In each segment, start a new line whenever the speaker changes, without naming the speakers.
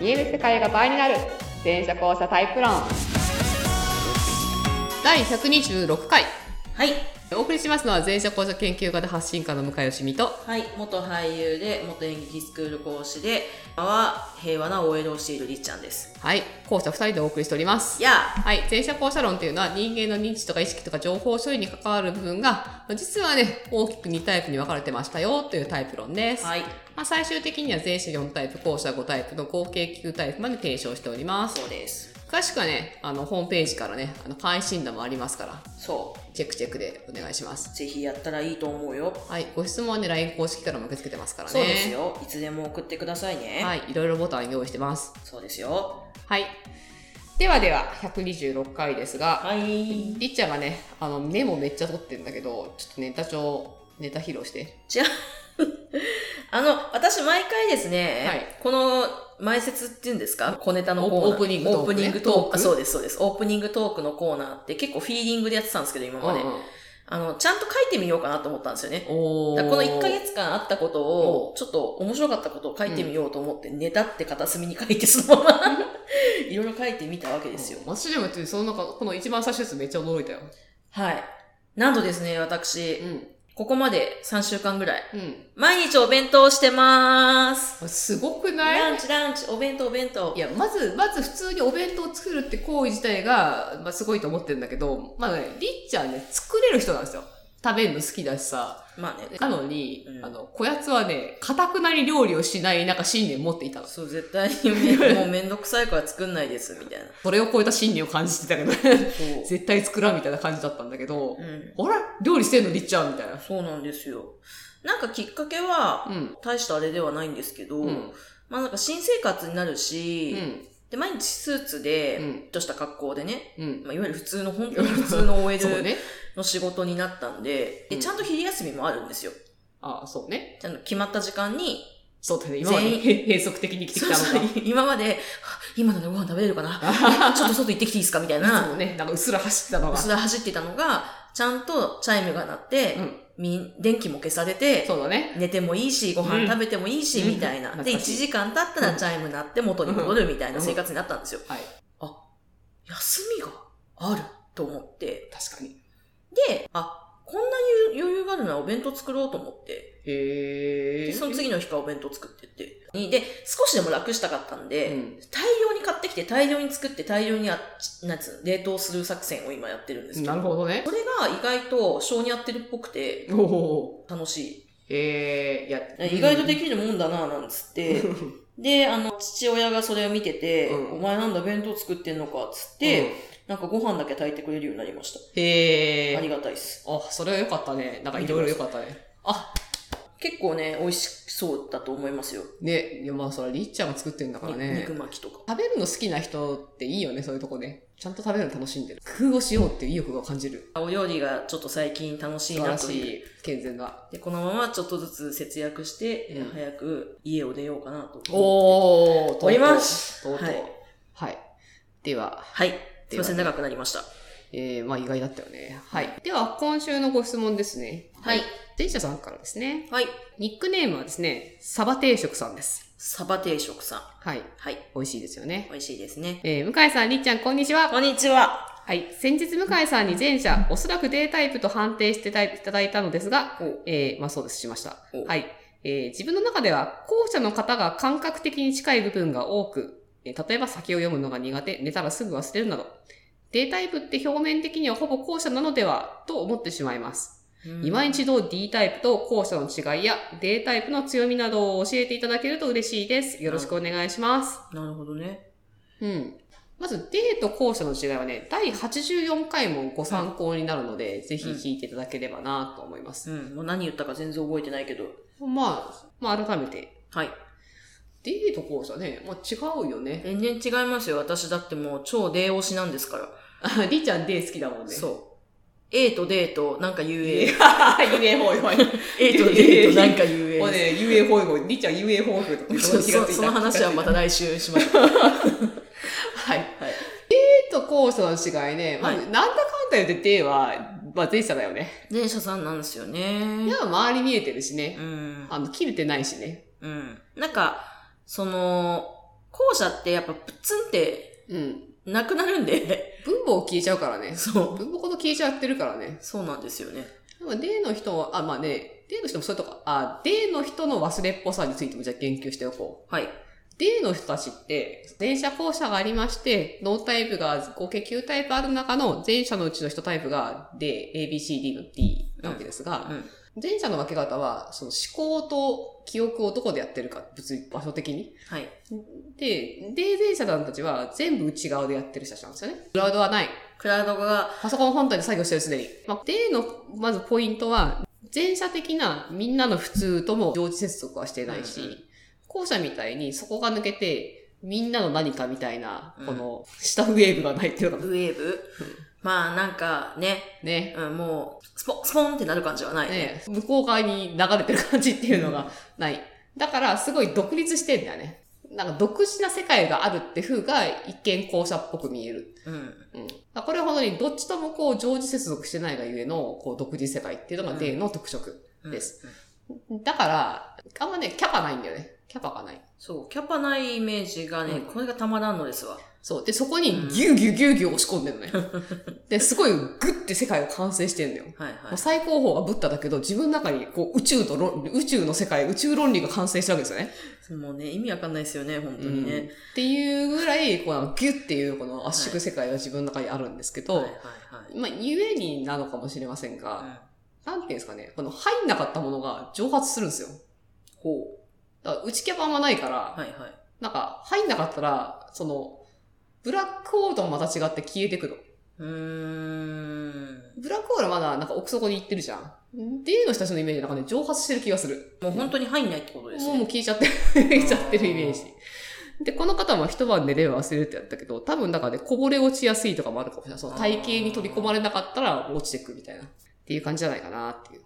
見える世界が倍になる全車交差タイプ論第126回
はい。
お送りしますのは全社交差研究家で発信家の向井よしみと
はい。元俳優で、元演劇スクール講師で、今は平和な OL をしているりっちゃんです。
はい校舎2人でお送りしております
やあ
はい。前者後者論っていうのは人間の認知とか意識とか情報処理に関わる部分が、実はね、大きく2タイプに分かれてましたよというタイプ論です。
はい。
まあ、最終的には前者4タイプ、後者5タイプの合計9タイプまで提唱しております。
そうです。
詳しくはね、あの、ホームページからね、あの、会診断もありますから、
そ
チェックチェックでお願いします。
う。ぜひやったらいいと思うよ。
はい。ご質問はね、LINE 公式からも受け付けてますからね。
そうですよ。いつでも送ってくださいね。
はい。いろいろボタン用意してます。
そうですよ。
はい。ではでは、126回ですが、
はい。
りっちゃんがね、あの、メモめっちゃ取ってんだけど、ちょっとネタ帳、ネタ披露して。
じゃあ、あの、私毎回ですね、
はい
この前説っていうんですか小ネタのコーナー。
オープニングトークね
オープニング
ト
ト
ー
ー
ク
ク。そうです、そうです。オープニングトークのコーナーって結構フィーリングでやってたんですけど、今まで。
うんうん
あの、ちゃんと書いてみようかなと思ったんですよね。
お
だから
ー
この1ヶ月間あったこと
お
を、ちょっと面白かったことを書いてみようと思って、ネタって片隅に書いて、そのまま、 いろいろ書いてみたわけですよ。
私でもやっててその中、この一番最初のやつめっちゃ驚いたよ。
はい。なんとですね、私、
ん。
ここまで3週間ぐらい、
うん。
毎日お弁当をしてまーす。
あすごくな
ラ
い
ンチ、ランチ、お弁当、お弁当
い。や、まず、まず普通にお弁当を作るって行為自体が、まあ、すごいと思ってるんだけど、まあね、りっちゃんね、作れる人なんですよ。食べるの好きだしさ。
まあね。
なのに、
うん
あの、こやつはね、かたくなに料理をしない、なんか信念持っていたの。
そう、絶対にめ、 もうめんどくさいから作んないです、みたいな。
それを超えた信念を感じてたけど、
そう。
絶対作らんみたいな感じだったんだけど、
うん。
あれ料理してんのりっちゃんみたいな。
そうなんですよ。なんかきっかけは、
うん。
大したあれではないんですけど、
うん。
まあなんか新生活になる
う
し、
ん。
で、毎日スーツで、
うん
ちょっとした格好でね、
うん。
まあ、いわゆる普通 の、本当に普通の
そう
OL
ね。
の仕事になったんで、
うん
で、ちゃんと昼休みもあるんですよ。
ああ、そうね。
ちゃんと決まった時間に、
そうだね。今まで
全員
閉塞的に生きてきた
そう
の
そう今まで、は今ならご飯食べれるかなちょっと外行ってきていいですかみたい
が。 そ
な、
うね。なんかうっすら走ってたのが。
それ走ってたのが、ちゃんとチャイムが鳴って、
うん
み電気も消されて、
そうだね。
寝てもいいし、ご
うん
飯食べてもいいし、
うん
みたいな。
懐か
で、1
しい
時間経ったらチャイム鳴って元に戻るみたいな生活になったんですよ。
はい。
休みがあると思って。
確かに。
で、あ、こんなに余裕があるならお弁当作ろうと思って。
へ
で、
え。
その次の日からお弁当作ってって。にで、少しでも楽したかったん
う
で、
ん。
大量に買ってきて、大量に作って、大量にあ、なんつうの、冷凍する作戦を今やってるんですけど。
なるほどね
そ。れが意外と性に合ってるっぽくて、
おお。
楽し
ええ、いや。
い。意外とできるもんだなぁなんつって。で、あの、父親がそれを見てて、
うん
お前なんだ弁当作ってんのかっつっ
で、う
て、
ん
なんかご飯だけ炊いてくれるようになりました。
へ
あり
え。
がたいっす。
あ、それは良かったね。なんかいろいろ良かったね。
結構ね、美味しそうだと思いますよ。
ね。いや、まあ、それはりっちゃんが作ってんだから
に
ね
肉。巻きとか。
食べるの好きな人っていいよね、そういうとこね。ちゃんと食べるの楽しんでる。工夫をしようっていう意欲を感じる。
お料理がちょっと最近楽しい
素晴
な
ら
と
し
いう。
い健全だ。
で、このままちょっとずつ節約して、
うん
早く家を出ようかなと。
おー、
おります
とうとう。
は
はいい。では、
はい。すいません、長くなりました。
えー、まあ意外だったよね。はい。では、今週のご質問ですね。
はい。
前者さんからですね。
はい。
ニックネームはですね、サバ定食さんです。
サバ定食さん。
はい。
はい。
美味しいですよね。
美味しいですね。
えー、向井さん、りっちゃん、こんにちは。
こんにちは。
はい。先日、向井さんに前者、おそらく D タイプと判定していただいたのですが、
お
えー、まあそうです、しました。
お
はい。えー、自分の中では、後者の方が感覚的に近い部分が多く、えー例えば先を読むのが苦手、寝たらすぐ忘れるなど、D タイプって表面的にはほぼ後者なのではと思ってしまいます。今一度 D タイプと後者の違いや D タイプの強みなどを教えていただけると嬉しいです。よろしくお願いします。
なるほどね。
うん。まず D と後者の違いはね、第84回もご参考になるので、ぜひ聞いていただければなと思います。
うん。もう何言ったか全然覚えてないけど。
まあ、まあ改めて
はい。
D と後者ね、まあ、違うよね。
全然違いますよ。私だってもう超デー推しなんですから。
あ、りちゃん D 好きだもんね。う。
そう。A と D となん か UA。
UA ホイホイ。
A と D となんか UA。
もうね、UA ホイホイ。りちゃん UA ホイホイとか
そうそうその話はまた
ね。
来週しましょう。はい。
はい。
はい。
D と後者の違いね、まず
は
なんだかんだ言って D は、まあ前者だよね。
電車さんなんですよ
い
ね
や、。周り見えてるしね
う。ん。
あの、切れてないしね。
うん。なんか、その、後者ってやっぱプツンって
うん。
なくなるんで、
分母を消えちゃうからね。
そう。
分母ごと消えちゃってるからね。
そうなんですよね。
でも、デーの人は、あ、まあね、デーの人もそれとか、あ、デーの人の忘れっぽさについてもじゃあ言及しておこう。
はい。
デーの人たちって、前者後者がありまして、脳タイプが合計9タイプある中の前者のうちの1タイプが、で、ABCD の D なわけですが、
うん。
前者の分け方は、その思考と記憶をどこでやってるか、物理、場所的に。
はい。
で、で、前者さんたちは全部内側でやってる人たちなんですよね。クラウドはない。
クラウドが、
パソコン本体で作業してるすでに。まあ、での、まずポイントは、前者的なみんなの普通とも常時接続はしてないし、
うんうん
後者みたいにそこが抜けて、みんなの何かみたいな
う、ん
この、下ウェーブがないっていうのが
ウェーブ。まあなんかね、
ね、
うん、もう、スポン、スポンってなる感じはない。
ね、向こう側に流れてる感じっていうのがない。だから、すごい独立してんだよね。なんか独自な世界があるって風が一見後者っぽく見える。
うん。
うん、あこれは本当にどっちともこう常時接続してないがゆえのこう独自世界っていうのが
うん
D の特色。
うん
です。だから、あんまね、キャパないんだよね。キャパがない。
そう、キャパないイメージがね、
うん
これがたまらんのですわ。
そう。で、そこにギュウギュウギュウギュウ押し込んでるのね。で、すごいグッて世界を完成してんだよ。
はいは
もう
い。
最高峰がブッダだけど、自分の中にこう宇宙と論宇宙の世界、宇宙論理が完成したわけですよね。
もうね、意味わかんないですよね、本当に
うんっ
ね。
ていうぐらい、こうなんかギュッていうこの圧縮世界が自分の中にあるんですけど、
はいはいはい。
まあ、ゆえになのかもしれませんが、
うん
なんていうんですかね、この入んなかったものが蒸発するんですよ。
ほ
だから内キャパあんまないから、
う。はいはい。
なんか入んなかったら、その、ブラックホールともまた違って消えてくの。
うーん。
ブラックホールはまだなんか奥底に行ってるじゃん。D の人たちのイメージなんかね、蒸発してる気がする。
もう本当に入んないってことです
もうもう
ね。
消えちゃってる、 消えちゃってるイメージ。で、この方は一晩寝れば忘れるってやったけど、多分なんかね、こぼれ落ちやすいとかもあるかもしれない。その体型に取り込まれなかったら落ちてくみたいな。っていう感じじゃないかなっていう。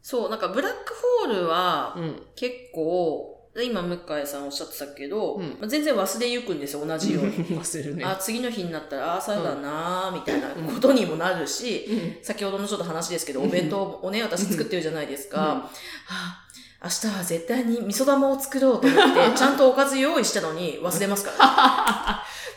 そう、なんかブラックホールは
うん。
結構、で今、向井さんおっしゃってたけど、
うん
まあ全然忘れゆくんですよ、同じように。
忘れる ね。
あ、次の日になったら、あ朝だなーみたいなことにもなるし、
うん
先ほどのちょっと話ですけど、お弁当をね、私作ってるじゃないですか。
うん
はあ明日は絶対に味噌玉を作ろうと思 って、ちゃんとおかず用意したのに忘れますからね。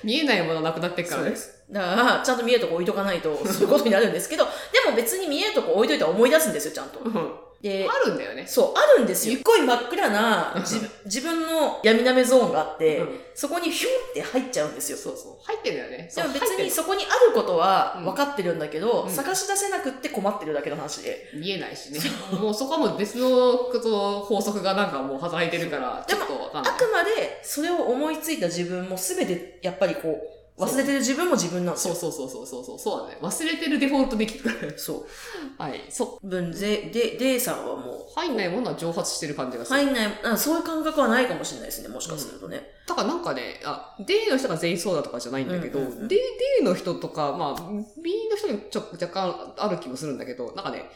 見えないものなくなってっからね。
す。だから、ちゃんと見えるとこ置いとかないと、そういうことになるんですけど、でも別に見えるとこ置いといたら思い出すんですよ、ちゃんと。
うん
で、
あるんだよね。
そう、あるんですよ。すっごい真っ暗な 自分自分の闇なめゾーンがあって、
うん
そこにヒュンって入っちゃうんですよ。
そうそう。入ってるんだよね。
でも別
そう入
に
っ
そこにあることは
うん
分かってるんだけど、
うん
探し出せなくって困ってるだけの話で。
てる見えないしね。もうそこはもう別のことの法則がなんかもう働いてるから、ち
で
ょ
も
っとわか
あ
んない。
くまでそれを思いついた自分も全てやっぱりこう、忘れてる自分も自分なんです
そ
よ。
うそうそうそうそうそう。そうだね。忘れてるデフォルトできるからね。
そう。
はい。そ
分、ぜ、で、でさんはも
う。入んないものは蒸発してる感じが
う、
する。
入んない、あそういう感覚はないかもしれないですね、もしかするとね。
だからなんかね、あ、D の人が全員そうだとかじゃないんだけど、
うんうんうん
D、D の人とか、まあ、B の人にちょ若干ある気もするんだけど、なんかね、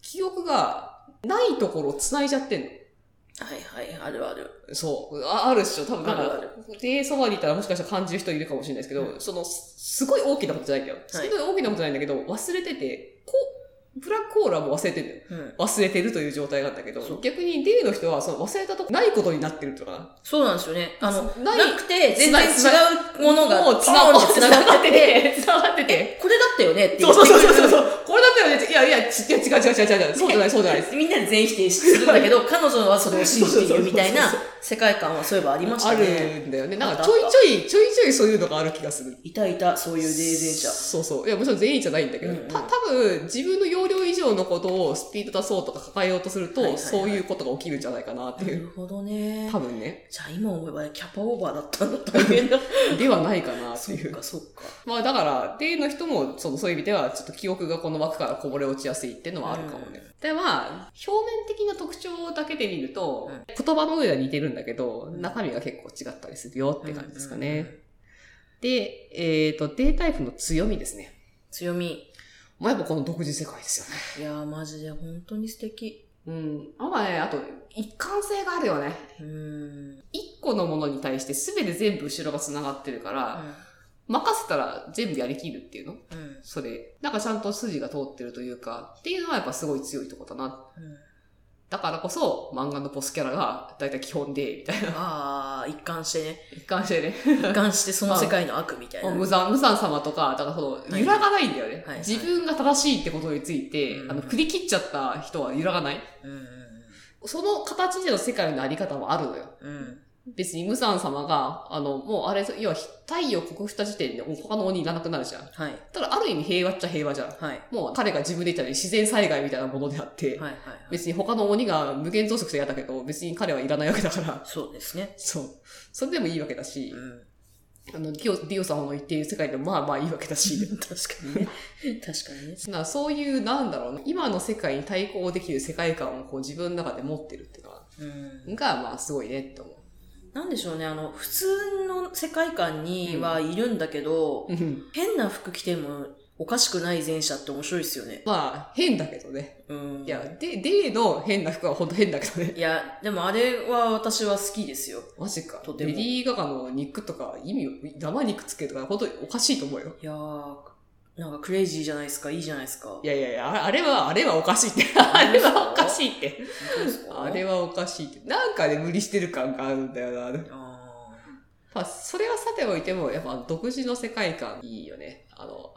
記憶がないところを繋いじゃってんの。
はいはい、あるある。
そう。ああるっしょ。多分なん
ある
か
ある、
で、そばにいたらもしかしたら感じる人いるかもしれないですけど、
う
その、すすごい大きなことじゃないんだよ。すごい大きなことじゃないんだけど、忘れてて、こう、ブラックホールはもう忘れてんだよ。
うん。
忘れてるという状態なんだけ
そ
ど、
う
逆に D の人は、その忘れたとこないことになってるとか
そうなんですよね。あ
な。
の、
ない
なくて、全然違
繋いう
ものが、
もうつな
ポ
が
ーン
っ
って
て、
繋
繋
が
が
っ
ってて
て、
て、繋がってて。
これだったよねって言
そう
って
そう
くれ
そう
る
そうそう。これだったよね。いやいや、ちいや違う違う違う違う。そうじゃない、そうじゃないです。
みんなで全否定するんだけど、 彼女はそれを信じているみたいな
そうそうそう
世界観はそういえばありました
あ
ね。
るんだよね。なんかちょいちょい、ちょいちょいそういうのがある気がする。
いたいた、そういう霊前者。
そうそう。いや、もちろん全員じゃないんだけど、
うんうん
た多分自分の容量以上のことをスピード出そうとか抱えようとすると、
はいはいはい
そういうことが起きるんじゃないかなって
な
いう。
るほどね
多。分ね。
じゃあ今思えばキャパオーバーだったんだ、大 変だ。
ではないかなって
そ
いうう。
か、そうか。
まあだから、例の人も、その、そういう意味では、ちょっと記憶がこの枠からこぼれ落ちやすいっていうのはあるかもね。で、まあ、表面的な特徴だけで見ると、
うん
言葉の上では似てるんだけど、
うん
中身が結構違ったりするよって感じですかね。
うんうんうん。
で、えっ、と、データイプの強みですね。
強み。
まあやっぱこの独自世界ですよね。
いやー、マジで本当に素敵。
うん。あまあね、あと、一貫性があるよね。
うーん。
一個のものに対して全て全部後ろが繋がってるから、任せたら全部やりきるっていうの
うん。うん
それ。なんかちゃんと筋が通ってるというか、っていうのはやっぱすごい強いとこだな。だからこそ、漫画のボスキャラが、だいたい基本で、みたいな。
ああ、一貫してね。
一貫してね。
一貫してその世界の悪みたいな。
無惨、無惨様とか、だからその、
い
揺らがないんだよね。
はい
自分が正しいってことについて、
うん
あの、振り切っちゃった人は揺らがない。
うんうん
その形での世界のあり方もあるのよ。
うん。うん。
別に無惨様が、あの、もうあれ、要は太陽を克服した時点で他の鬼いらなくなるじゃん。
はい。
ただ、ある意味平和っちゃ平和じゃん。
はい。
もう彼が自分で言ったように自然災害みたいなものであって、
はいはい、はい。
別に他の鬼が無限増殖してやだけど、別に彼はいらないわけだから、
そうですね。
そう。それでもいいわけだし、
うん。
あの、ディオ、ディオ様の言っている世界でもまあまあいいわけだし、
確かにね。確かにね。
なそういう、なんだろうな、今の世界に対抗できる世界観をこう自分の中で持ってるっていうのは
うん。
が、まあすごいねって思
なんでしょうね、あの、普通の世界観にはいるんだけど、
う。うん
変な服着てもおかしくない前者って面白いですよね。
まあ、変だけどね。
うん。
いや、で、デイの変な服はほんと変だけどね。
いや、でもあれは私は好きですよ。
マジか
と。て
レ
も
ディー・ガガの肉とか、意味、生肉つけるとか、ほんとおかしいと思うよ。
いやー、なんかクレイジーじゃないですか、いいじゃないですか。
いやいやいや、ああれは、あれはおかしいって。 あれはおかしいって。
本当ですか
あれはおかしいって。なんかね、無理してる感があるんだよな。
あ
まあ、それはさておいても、やっぱ独自の世界観いいよね。あの、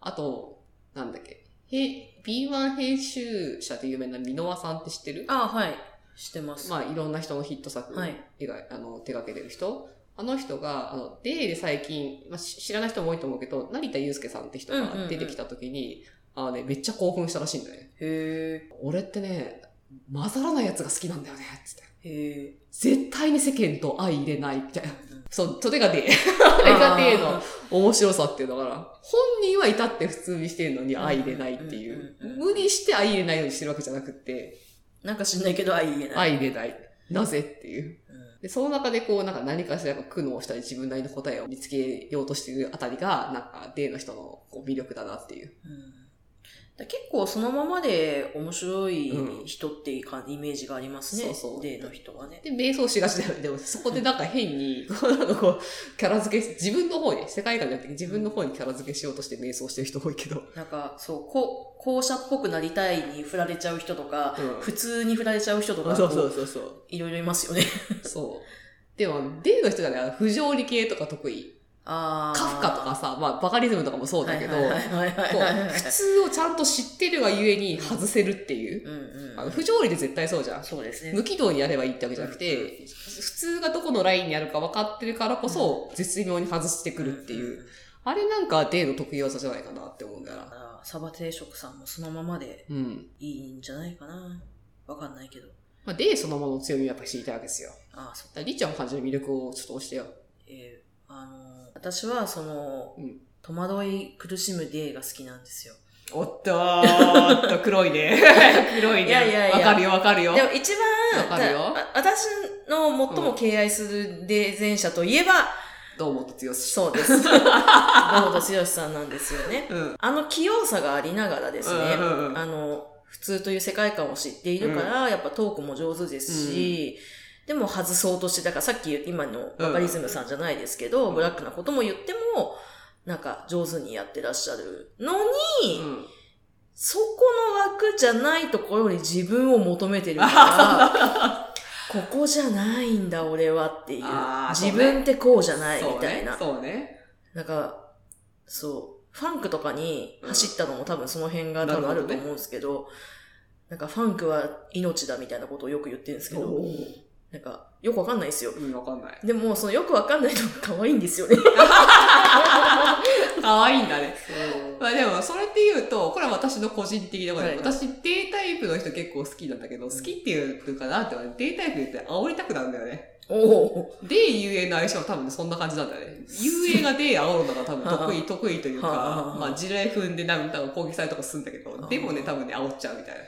あと、なんだっけ。へ、B1 編集者で有名な箕輪さんって知ってる
ーあー、はい。してます。
まあ、いろんな人のヒット作、
はい
以外あの手掛けてる人。あの人が、あの、デイで最近、まあ、し知らない人も多いと思うけど、成田悠介さんって人
うんうんう
が
ん
出てきた時に、あのね、めっちゃ興奮したらしいんだよね。
へ
俺ってね、混ざらないやつが好きなんだよね、つって。
え。へえ。
絶対に世間と相入れない、みたいな。
うん
そう、それがデイ。それがデイの
あ
面白さっていうのかな。本人は至って普通にしてるのに相入れないっていう。
うんうんうんうん
無理して相入れないようにしてるわけじゃなくって、
ーなんか知んないけど、あ、言えない。
相入れない。なぜっていう。で、その中でこう、なんか何かしら苦悩したり自分なりの答えを見つけようとしているあたりが、なんか、デイの人のこう魅力だなっていう。
うんうんだ結構そのままで面白い人っていうか、イメージがありますね。
そうそう
デーの人はね。
で、迷走しがちだよね。でも、そこでなんか変に、こう、なんかこう、キャラ付け、自分の方に、世界観じゃなくて自分の方にキャラ付けしようとして迷走してる人多いけど。
なんか、そう、こう、校舎っぽくなりたいに振られちゃう人とか、
うん
普通に振られちゃう人とか、
そうそ
こ
うそうそう。
ういろいろいますよね。
そう。でも、デイの人がね、不条理系とか得意。
あー
カフカとかさ、まあ、バカリズムとかもそうだけど、
はい
こ
はいうはいはいはいはい
普通をちゃんと知ってるがゆえに外せるっていう。
うん
あ
う
の
ん。
不条理で絶対そうじゃん。
そうですね。
無軌道にやればいいってわけじゃなくて、普通がどこのラインにあるか分かってるからこそ、絶妙に外してくるっていう。。あれなんか、デイの得意技じゃないかなって思うんだよ
だ
な。
からサバ定食さんもそのままで
うん。
いいんじゃないかな。わかんないけど。
まあ、デイそのものの強みをやっぱ知りたいわけですよ。
ああ、そう。
だからリちゃんの感じる魅力をちょっと押してよ。
えーあのー私はその、
うん
戸惑い苦しむデーが好きなんですよ。
おっとーっと、黒いね。黒い
いやいやいや
よ、わかるよ
でも一番、
わかるよ
だあ私の最も敬愛するデー前者といえば、
どうもと強し。
そ うです。堂本剛さんなんですよね。
うん。
あの器用さがありながらですね、
うんうんうん
あの、普通という世界観を知っているから、やっぱトークも上手ですし、でも外そうとして、だからさっき言う今のバカリズムさんじゃないですけど、
うん
ブラックなことも言っても、なんか上手にやってらっしゃるのに、
うん。
そこの枠じゃないところに自分を求めてるから、ここじゃないんだ俺はっていう。
あーそうね
自分ってこうじゃないみたいな。
そうね。そうね。
なんか、そう、ファンクとかに
うん
走ったのも多分その辺が多分あると思うんですけど、なんかファンクは命だみたいなことをよく言ってるんですけど、なんかよくわかんないですよ。
うん、わかんない。
でも、そのよくわかんないのが可愛いんですよ ね。
可愛いんだね。まあでも、それって言うと、これは私の個人的なことで、
はいはい
私、データイプの人結構好きなんだけど、好きっていうかなっては、データイプって煽りたくなるんだよね。
おー
で、遊泳の相性は多分そんな感じなんだよね。遊泳がで煽るのが多分得意、得意というか、
はあはあ
まあ、地雷踏んでなんか攻撃されたりとかするんだけど、でもね、多分ね、煽っちゃうみたいな。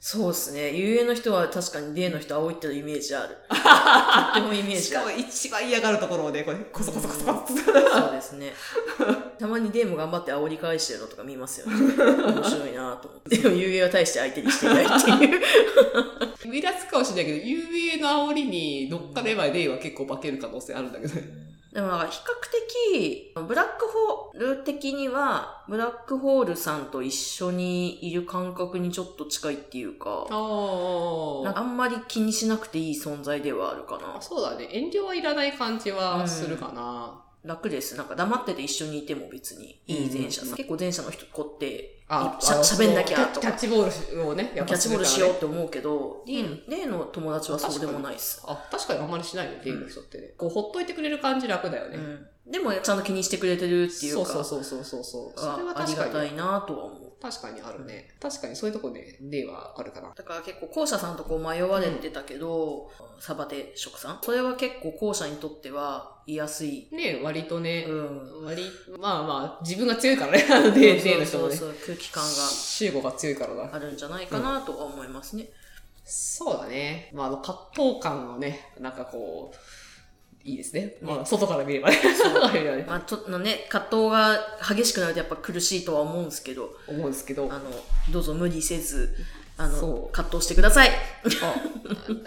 そうですね。遊泳の人は確かに例の人青いってるイメージある。とってもイメー
し
ジあ
か
る
も。一番嫌がるところをね、これ、コソコソコソコソ。
そうですね。たまにデーも頑張って煽り返してるのとか見ますよね。面白いなと思って。でも、遊泳は大して相手にしていないっていう。
イラつくかもしれないけど、遊泳の煽りに乗っかれば、レイは結構化ける可能性あるんだけどね。
でも、比較的、ブラックホール的には、ブラックホールさんと一緒にいる感覚にちょっと近いっていうか、なんかあんまり気にしなくていい存在ではあるかな
あ。そうだね。遠慮はいらない感じはするかな。
楽です。なんか黙ってて一緒にいても別にいい前者さん。
うん
結構前者の人こって、
あ
しゃ
あの
喋んなきゃ
そう
と
キ
か
ャッチボールをね、
キ
や
ャ
っぱ
ッチボールし
する
よ
か
うって思うけど、例
うん
例の友達はそうでもないっす。
らね。あ、確かにあんまりしないね、ゲイの人ってね。こう、ほっといてくれる感じ楽だよね。
うんでも、ちゃんと気にしてくれてるっていう
そう
か、
そうそうそうそうそう。それは
ああり
確
が
か
た
に。
いなとは思う。
確かにあるね。確かにそういうとこで、例はあるかな。
だから結構校舎さんとこう迷われてたけど、サバテ職さんそれは結構校舎にとっては言いやすい。
ね、割とね、
うん。
割、まあまあ、自分が強いからね、あの、例例の人
そ
も
う
ね。
そうそう空気感
集合が強いからだ
が。あるんじゃないかなとは思いますね。
そうだね。まあ、あの、葛藤感をね、なんかこう、いいですね。まあ、外から見ればね。 外から見ればね。
まあ、ちょっとね、葛藤が激しくなるとやっぱ苦しいとは思うんですけど、
思うんですけど。
あ
あ
の、どうぞ無理せず、あ
そ
の
う、
葛藤してください。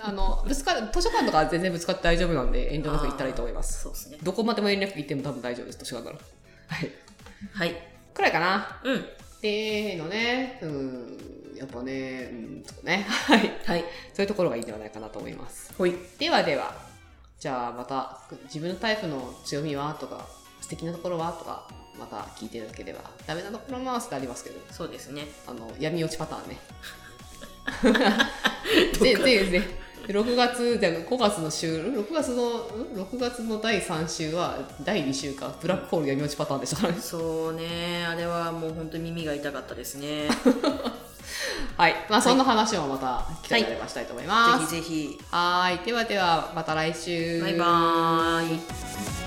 あの、ぶつかる、図書館とかは全然ぶつかって大丈夫なんで、遠慮なく行ったらいいと思います。
そうですね。
どこまでも遠慮なく行っても多分大丈夫です、図書館なら。はい。
はい。
くらいかな。
うん。
でのね、うん、やっぱね、うん、そうね。 はい。
はい。
そういうところがいいんではないかなと思います。
ほい。
ではではじゃあまた自分のタイプの強みはとか素敵なところはとかまた聞いていただければダメなところも合わせてありますけど
そうですね。
あの闇落ちパターンね
どっ
で
か
でですね6月じゃあ5月の週6月のん6月の第3週は第2週かブラックホール闇落ちパターンでしたからね
そうね。あれはもう本当に耳が痛かったですね。
はいまあそんな話をまた機 会があればしたいと思います、
ぜひぜひ。
はーいではではまた来週
バイバーイ。